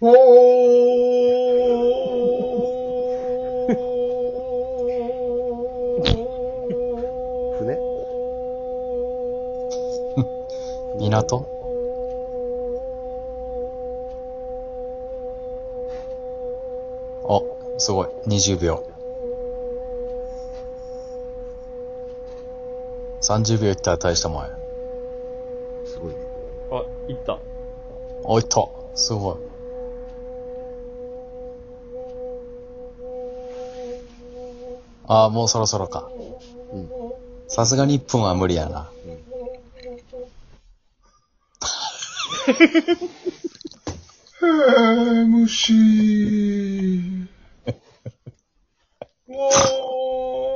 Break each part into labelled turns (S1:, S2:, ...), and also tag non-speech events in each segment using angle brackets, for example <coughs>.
S1: ほー
S2: 船
S3: 港あ、すごい。20秒。30秒いったら大したもんや。
S2: すごいね。
S1: あ、行った。
S3: おいっと、すごい。ああ、もうそろそろか。
S2: うん。
S3: さすがに1分は無理やな。
S1: 虫。お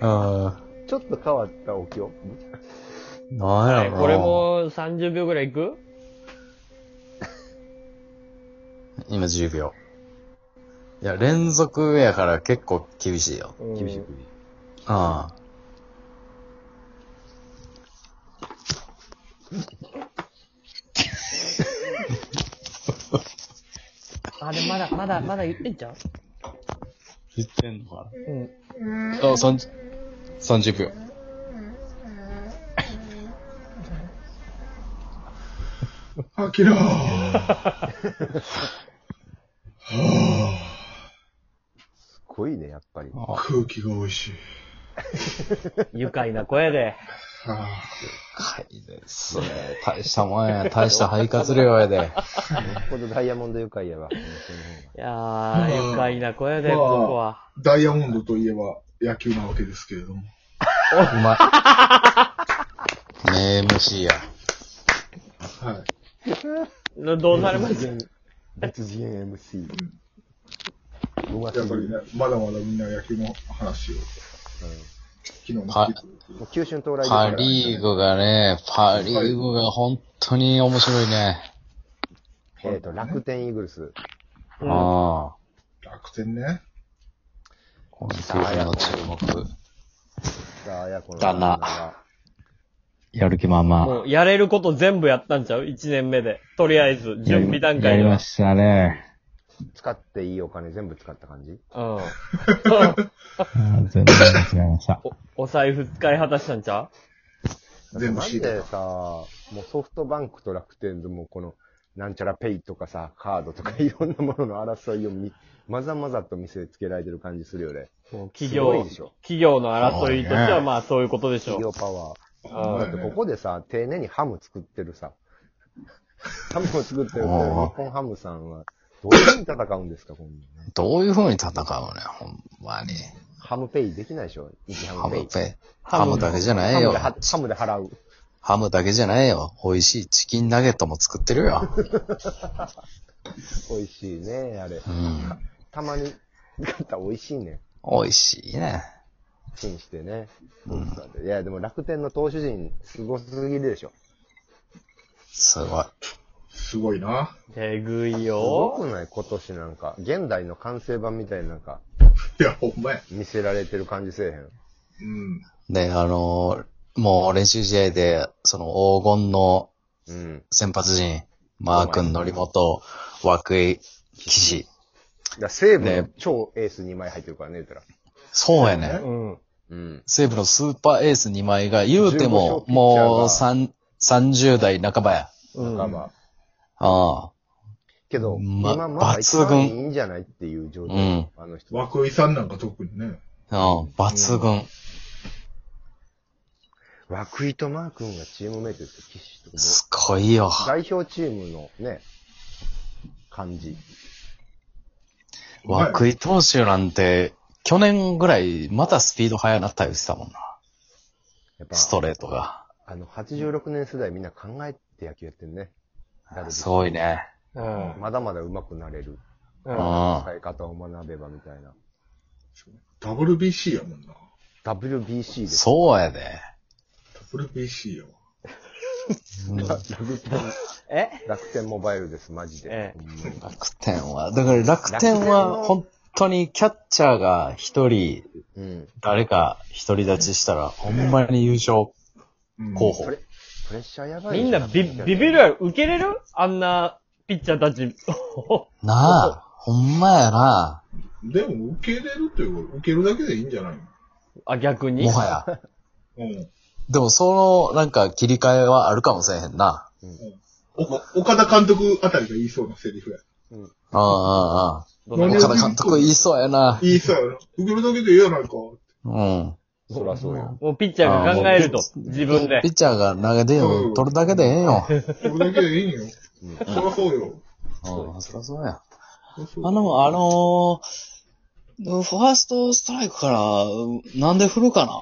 S3: あ
S2: ちょっと変わったお経。
S3: あ、なんやろな
S1: これ。も30秒ぐらいいく
S3: 今10秒。いや、連続やから結構厳しいよ。
S2: 厳しい。
S3: ああ。
S1: あれ、でもまだ、まだ、まだ言ってんじゃん
S3: 言ってんのか
S1: うん。
S3: なあ、三十、三十秒。
S4: アキラーはあ、
S2: すごいね、やっぱり。
S3: ああ
S4: 空気が美味しい。
S1: 愉快な声で。
S4: はあ、
S3: はいですね。大したもんや。大した肺活量やで。
S2: このダイヤモンド愉快やわ。
S1: い
S4: <laughs>
S1: やー、愉快な声で、
S4: まあ
S1: ここは。
S4: ダイヤモンドといえば野球なわけですけれども。
S3: うまい。名 MC や。
S4: はい。
S1: どうされました
S2: 別次元 MC。うま
S4: やっぱりね、まだまだみんな野球の話を、昨日も聞いてる
S2: もう急春到来
S3: パリーグがね、パリーグが本当に面白いね。
S2: えっと、楽天イーグルス。
S1: うん
S3: ああ。
S4: 楽天ね。
S3: 今シーズンの注目。
S2: さあ、やこの。
S3: だな。やる気満々。
S1: もう、やれること全部やったんちゃう ?1 年目で。とりあえず、準備段
S3: や
S1: 階
S3: り
S1: では
S3: ま。したね。
S2: 使っていいお金全部使った感じ
S1: うん。
S3: 全然違いました。
S1: <laughs> お財布使い果たしたんちゃ
S4: 全部
S2: なん
S4: C
S2: で
S4: だ
S2: さ、もうソフトバンクと楽天でもうこの、なんちゃらペイとかさ、カードとかいろんなものの争いをみ、まざまざと見せつけられてる感じするよね。
S1: うもう企
S2: すごい
S1: 業
S2: でしょ、
S1: 企業の争いとして
S3: そう
S1: は、
S3: ね
S1: まあそういうことでしょ
S2: 企
S1: う。
S2: 業パワー。
S1: あ
S2: だってここでさ、丁寧にハム作ってる
S3: <laughs>
S2: さ、ハムを作ってる日
S3: あー
S2: 本ハムさんは、どういうふうに戦うんですか、こんなね。
S3: どういう風に戦うのよ、ほんまに。
S2: ハムペイできないでしょ日ハ
S3: ハ
S2: ムペ
S3: ム
S2: イ。
S3: ペイ。
S1: ハ
S3: ハ
S1: ム
S3: ムだけじゃな
S2: ハ
S3: い
S2: ム
S3: よ
S2: で。はハムで払う。
S3: ハムだけじゃないよ。美味しいチキンナゲットも作ってるよ。
S2: 美味しいね、あれ。
S3: うん。
S2: たまに、買ったら美味しいね。
S3: 美味しいね。
S2: チンしてね。いや、でも楽天の投手陣、すごすぎるでしょ。
S3: すごい。
S4: すごいな。
S1: えぐい
S2: すご
S1: よ。
S2: くない今年なんか、現代の完成版みたいになんか、
S4: いや、ほんまや。
S2: 見せられてる感じせえへん。
S4: うん。
S3: で、あのーもう練習試合で、その黄金の
S2: うん。
S3: 先発陣、マー君、則本、涌井、岸。
S2: だから西武の
S3: ね
S2: 超エース2枚入ってるからね、言ったら。
S3: そうやね。
S1: うん。
S2: うん。
S3: 西武のスーパーエース2枚が、言うても
S2: 15、
S3: もう3 30代半ばや。
S1: うん。
S2: 仲間。
S3: ああ。
S2: けど、
S3: ま
S2: 今まだ一
S3: 抜群
S2: 番いいんじゃないっていう状態、
S3: うん
S2: あの人。
S4: 涌井さんなんか特にね。
S3: うん、抜群。
S2: 涌井とマー君がチームメイトですよ、岸と。
S3: すごいよ。
S2: 代表チームのね、感じ。
S3: 涌井投手なんて、去年ぐらい、またスピード速なったりしてたもんな。
S2: やっぱ、
S3: ストレートが。
S2: あの、86年世代みんな考えて野球やってんね。ダルビッシュ
S3: すごいね。
S1: うん。
S2: まだまだ上手くなれる。
S3: うん。
S2: 使い方を学べばみたいな。
S4: WBC やもんな。
S2: WBC です。
S3: そうやで。
S4: WBC やわ。
S2: 楽天、
S1: え
S2: 楽天モバイルです、マジで
S1: え。
S2: ほんまに
S3: 楽天は。だから楽天は、本当にキャッチャーが一人、
S2: うん。
S3: 誰か独り立ちしたら、ほんまに優勝
S4: うん
S3: 候補
S2: それ、レッシャーやばい
S1: み
S2: でし
S1: ん
S2: ょ
S1: なビビビるやろ受けれるあんなピッチャーたち。
S3: なあ、ほんまやな。
S4: でも、受けれるというか、受けるだけでいいんじゃないの
S1: あ、逆に
S3: もはや。
S4: うん。
S3: でも、その、なんか、切り替えはあるかもしれへんな。
S4: お岡田監督あたりが言いそうなセリフや。
S3: うんうんうん。
S1: どの
S4: 何
S3: 岡田監督言いそうやな。
S4: 言いそうやな。受けるだけでいいやないか。
S3: うん。
S2: そらそうよ。
S1: もうピッチャーが考えると。自分で
S3: ピ。ッチャーが投げて
S4: う
S3: よ、
S4: ん
S3: 取るだけでええよ。
S4: それだけでいいんよ。
S2: うん
S4: そりゃそうよ。
S3: うん、 <laughs> そりゃそうや。
S4: そりゃそう
S3: あの、あのー、ファーストストライクから、なんで振るかな。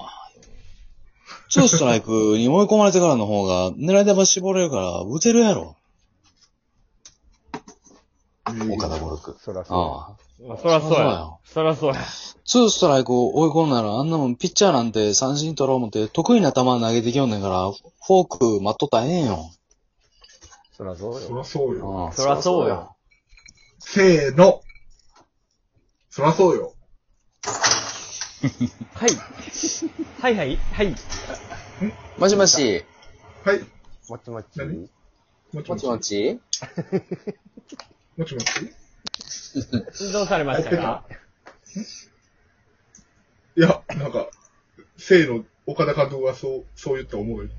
S3: ツーストライクに追い込まれてからの方が、狙い玉絞れるから、打てるやろ。岡田五六。
S2: そらそ
S3: ああ。
S1: まあそらそうや。そらそうや。
S3: ツーストライクを追い込んだら、あんなもん、ピッチャーなんて三振取ろう思って、得意な球投げてきよんねんから、フォーク待っとったらええんよ。
S2: う。そらそう
S4: そ
S2: よ。
S4: らそうよ。
S3: あ
S1: そらそうよ。
S4: せーの。そらそうよ。
S1: はい。はいはい。はい。
S3: もしもし。
S4: はい。
S2: もちもち。
S4: 何もち
S3: も
S4: も
S3: ち
S4: ち。
S3: もち
S4: もちもち
S1: どうされましたか
S4: いや、なんか、せーの、岡田監督がそう、そう言ったらおもろい。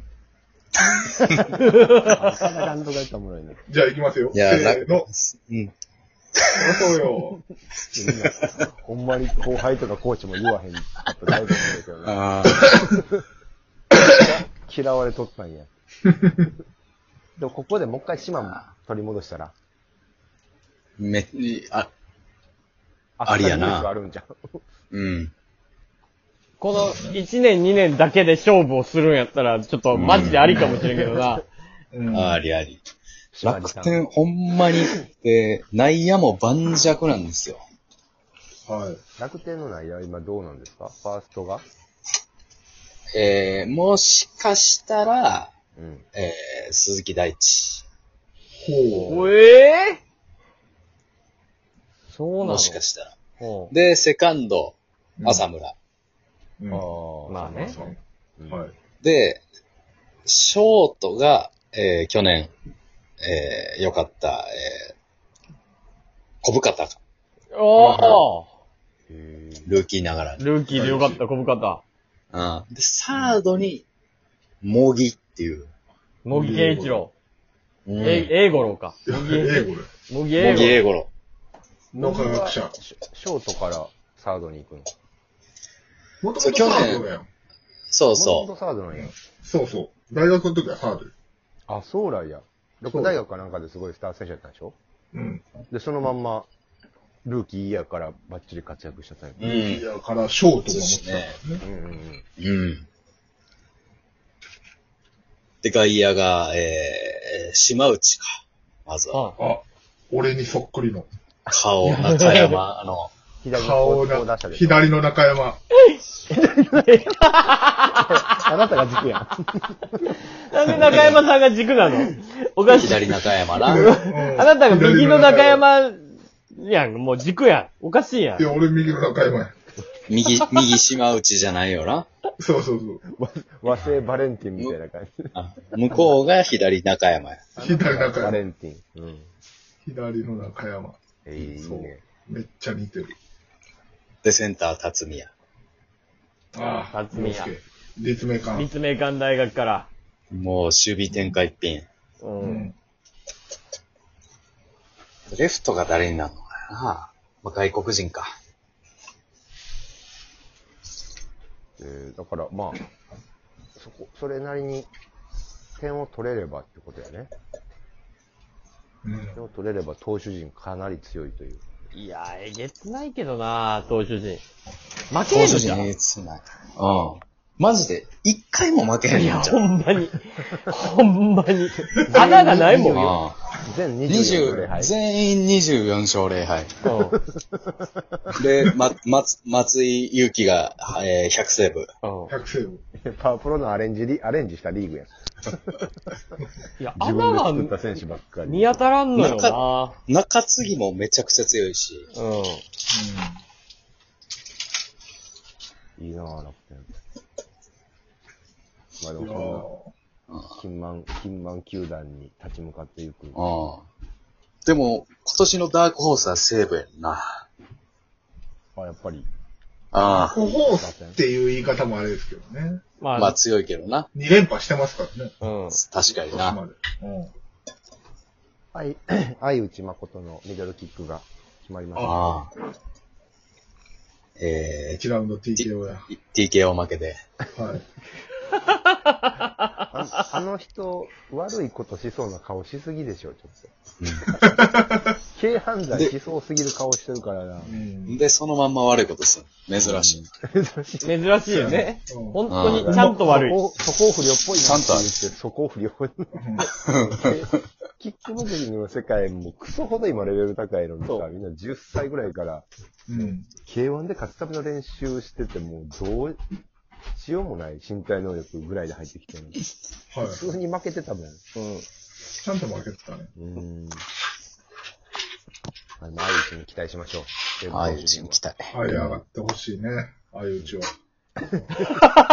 S2: そんな感動がやったらおもろいね。
S4: じゃあ行きますよ。
S3: いや、
S4: せーの。
S3: うん。
S4: そらそうよ。
S2: みんなほんまに後輩とかコーチも言わへんかったら大丈夫だけどね。
S3: あ <laughs>
S2: 嫌われとったんや。でもここでもう一回島取り戻したら、
S3: め、あ、
S2: あ
S3: ありや
S2: 二人
S3: な
S2: の意思があるんじゃん。
S3: うん。
S1: この1年2年だけで勝負をするんやったら、ちょっとマジでありかもしれんけどな。
S4: うん。
S3: ありあり。
S2: 島に
S3: 楽
S2: さん
S3: 天、ほんまに、で、内野も盤石なんですよ。
S4: はい。
S2: 楽天の内野は今どうなんですかファーストが
S3: えー、もしかしたら、
S2: うん。
S3: えー、鈴木大地。
S4: ほう。
S1: ええそうなの
S3: もしかしたら。
S1: ほう
S3: で、セカンド、浅村。
S4: うん
S2: あ
S1: まあね
S4: 浅村
S2: うん
S4: さんはい。
S3: で、ショートが、えー、去年、えー、良かった、えー、小深田、
S1: お
S2: へー
S3: ルーキーながら
S1: ールーキーでよかった、小深田。
S3: に。うん。で、サードに、茂木っていう。
S1: 茂木健一郎。
S3: うん
S1: え、英五郎か。茂木
S4: ええ、
S1: 茂
S4: こ
S1: 木
S3: 茂木
S1: 英
S3: 英五郎。
S4: れ。の科学者。
S2: ショショートからサードに行くの。
S4: もと
S3: そ
S4: も
S3: う
S4: と
S3: 去
S4: サ
S3: 年
S4: ードやん。
S3: そう
S2: もと
S3: そ
S2: もとサードなんや。
S4: そうそう。大学の時はサードよ
S2: あ、そうなんや。六大学かなんかですごいスター選手やったんでしょ
S4: うん。
S2: で、そのまんま、ルーキーやからバッチリ活躍したタイプ
S3: う。。うん
S4: い。や、から、ショートも持ってたからね。
S2: うんうんうん。
S3: うん。で、外野が、えー、島内か。まずは。
S1: あ、
S4: あ、俺にそっくりの。
S3: 顔、中
S1: <laughs>
S3: 山、あの、
S2: 左の
S4: 顔な
S2: 顔出したでしょ。
S4: 左の中山。
S2: あなたが軸やん。
S1: なんで中山さんが軸なのおかしい。
S3: 左中山
S4: う
S3: な。
S4: ん
S1: あなたが右の中。山やん、もう軸やん。おかしいやん
S4: い。や、俺右の中山や。
S3: 右、右島内じゃないよな。
S4: そうそうそう。
S2: 和製バレンティンみたいな感じ。
S3: あ向こうが左中山や。
S4: 左中
S2: バレ
S4: 山。
S2: ンティン。うん。
S4: 左の中山。
S2: えー、いいね。
S4: めっちゃ似てる。
S3: で、センター辰巳や。
S4: ああ、
S1: 辰巳や
S4: 陽介立命館。
S1: 立命館大学から。
S3: もう、守備展開一品。
S1: う。
S4: うんん。
S3: レフトが誰になるのかな。まあ、外国人か。
S2: えー、だから、まあ、そこ、それなりに、点を取れればってことやね。
S4: うん
S2: 点を取れれば投手陣かなり強いという。
S1: いや、えげつないけどな投手陣。負け
S3: 投
S1: へん
S3: 手
S1: じゃ
S3: 陣
S1: ん。
S3: え
S1: い
S3: げつない。うん。マジで、一回も負けへん
S1: や、
S3: のじゃ
S1: ほ
S3: ん。
S1: んまに。ほんまに。穴がない
S3: <laughs>
S1: もんよ。
S3: うん
S2: 全24ぐらい
S3: 20、
S2: 入
S3: 全員24勝0敗。
S1: うん。
S3: <laughs> で、ま、松、松井祐樹が、えー、100セーブ。
S1: うん
S4: 100セーブ。
S2: パワープロのアレンジリ、アレンジしたリーグやん。
S1: いや、
S2: 自
S1: 穴
S2: 分で
S1: が
S2: 作った選手ばっかり。
S1: 見当たらんのよな。
S3: 中継ぎもめちゃくちゃ強いし。
S1: うん。
S2: いいなぁ、楽天。まあで
S4: うん。いや
S2: も金満、金満球団に立ち向かっていく。
S3: うん。でも、今年のダークホースは西武やんな。
S2: あ、やっぱり。
S3: あ
S4: ホホースっていう言い方もあれですけどね。
S1: ま
S3: あ。
S1: あ、
S3: まあ強いけどな。
S4: 2連覇してますからね。
S1: うん。
S3: 確かに
S4: 今年
S3: な。
S4: まで。うん。
S1: <coughs>
S2: はい、相内誠のミドルキックが決まりました。
S3: ああ。え
S4: 1ラウンド TKO や。
S3: ー、TKO 負けで。
S4: はい。
S2: ああの人、悪いことしそうな顔しすぎでしょ、ちょっと。 <laughs> 軽犯罪しそうすぎる顔してるからな。
S4: うん
S3: で、そのまんま悪いことする。珍しい。
S1: 珍しいよね。
S4: うん
S1: 本当にちゃんと悪い。
S2: 素行素行不良っぽいなって言って、素行不良。キックボクシングの世界もクソほど今レベル高いのに
S1: そ
S2: さ
S1: う、
S2: みんな10歳ぐらいから、
S4: うん。
S2: K1 で勝つための練習してて、もうどうしようもない身体能力ぐらいで入ってきてるの。
S4: はい。
S2: 普通に負けてたもん。
S1: うん。
S4: ちゃんと負けてたね。
S2: うん。あの、相内に期待しましょう。
S3: ああいうチーム期待。
S4: はい、上がってほしいね。ああいうちは。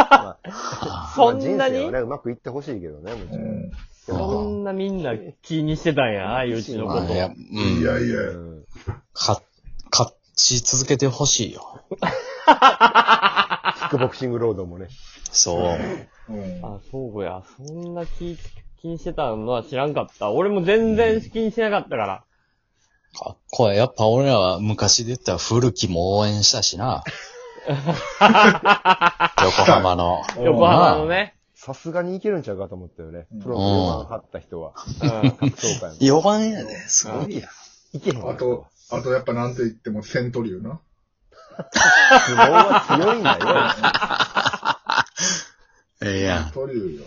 S2: まあ
S1: そんな
S2: 人生
S1: に
S2: はね、うまくいってほしいけどね、もち
S4: う
S2: ろん。
S4: ん。
S1: そんなみんな気にしてたんや、ああいううちのこ
S3: まあ、いや、う
S1: と。
S4: いや
S3: ん。
S4: いや。
S2: うん
S3: 勝、勝ち続けてほしいよ。
S2: キックボクシングロードもね。
S3: そう。
S4: うん。
S1: あ、そうや。そんな気、気にしてたのは知らんかった。俺も全然気にしてなかったから。
S3: かっこいい。やっぱ俺らは昔で言ったら古木も応援したしな。横浜 <laughs> の。
S4: うん
S1: 横浜のね。
S2: さすがにいけるんちゃうかと思ったよね。プロの4番張った人は。
S1: うん。
S2: そうかよ。
S3: 4番やで、すごいや。
S2: いけへんか
S4: あと、、あとやっぱなんと言ってもセントリューな。
S2: 相撲は強いんだよ。
S3: ええやん。
S4: セントリューよ。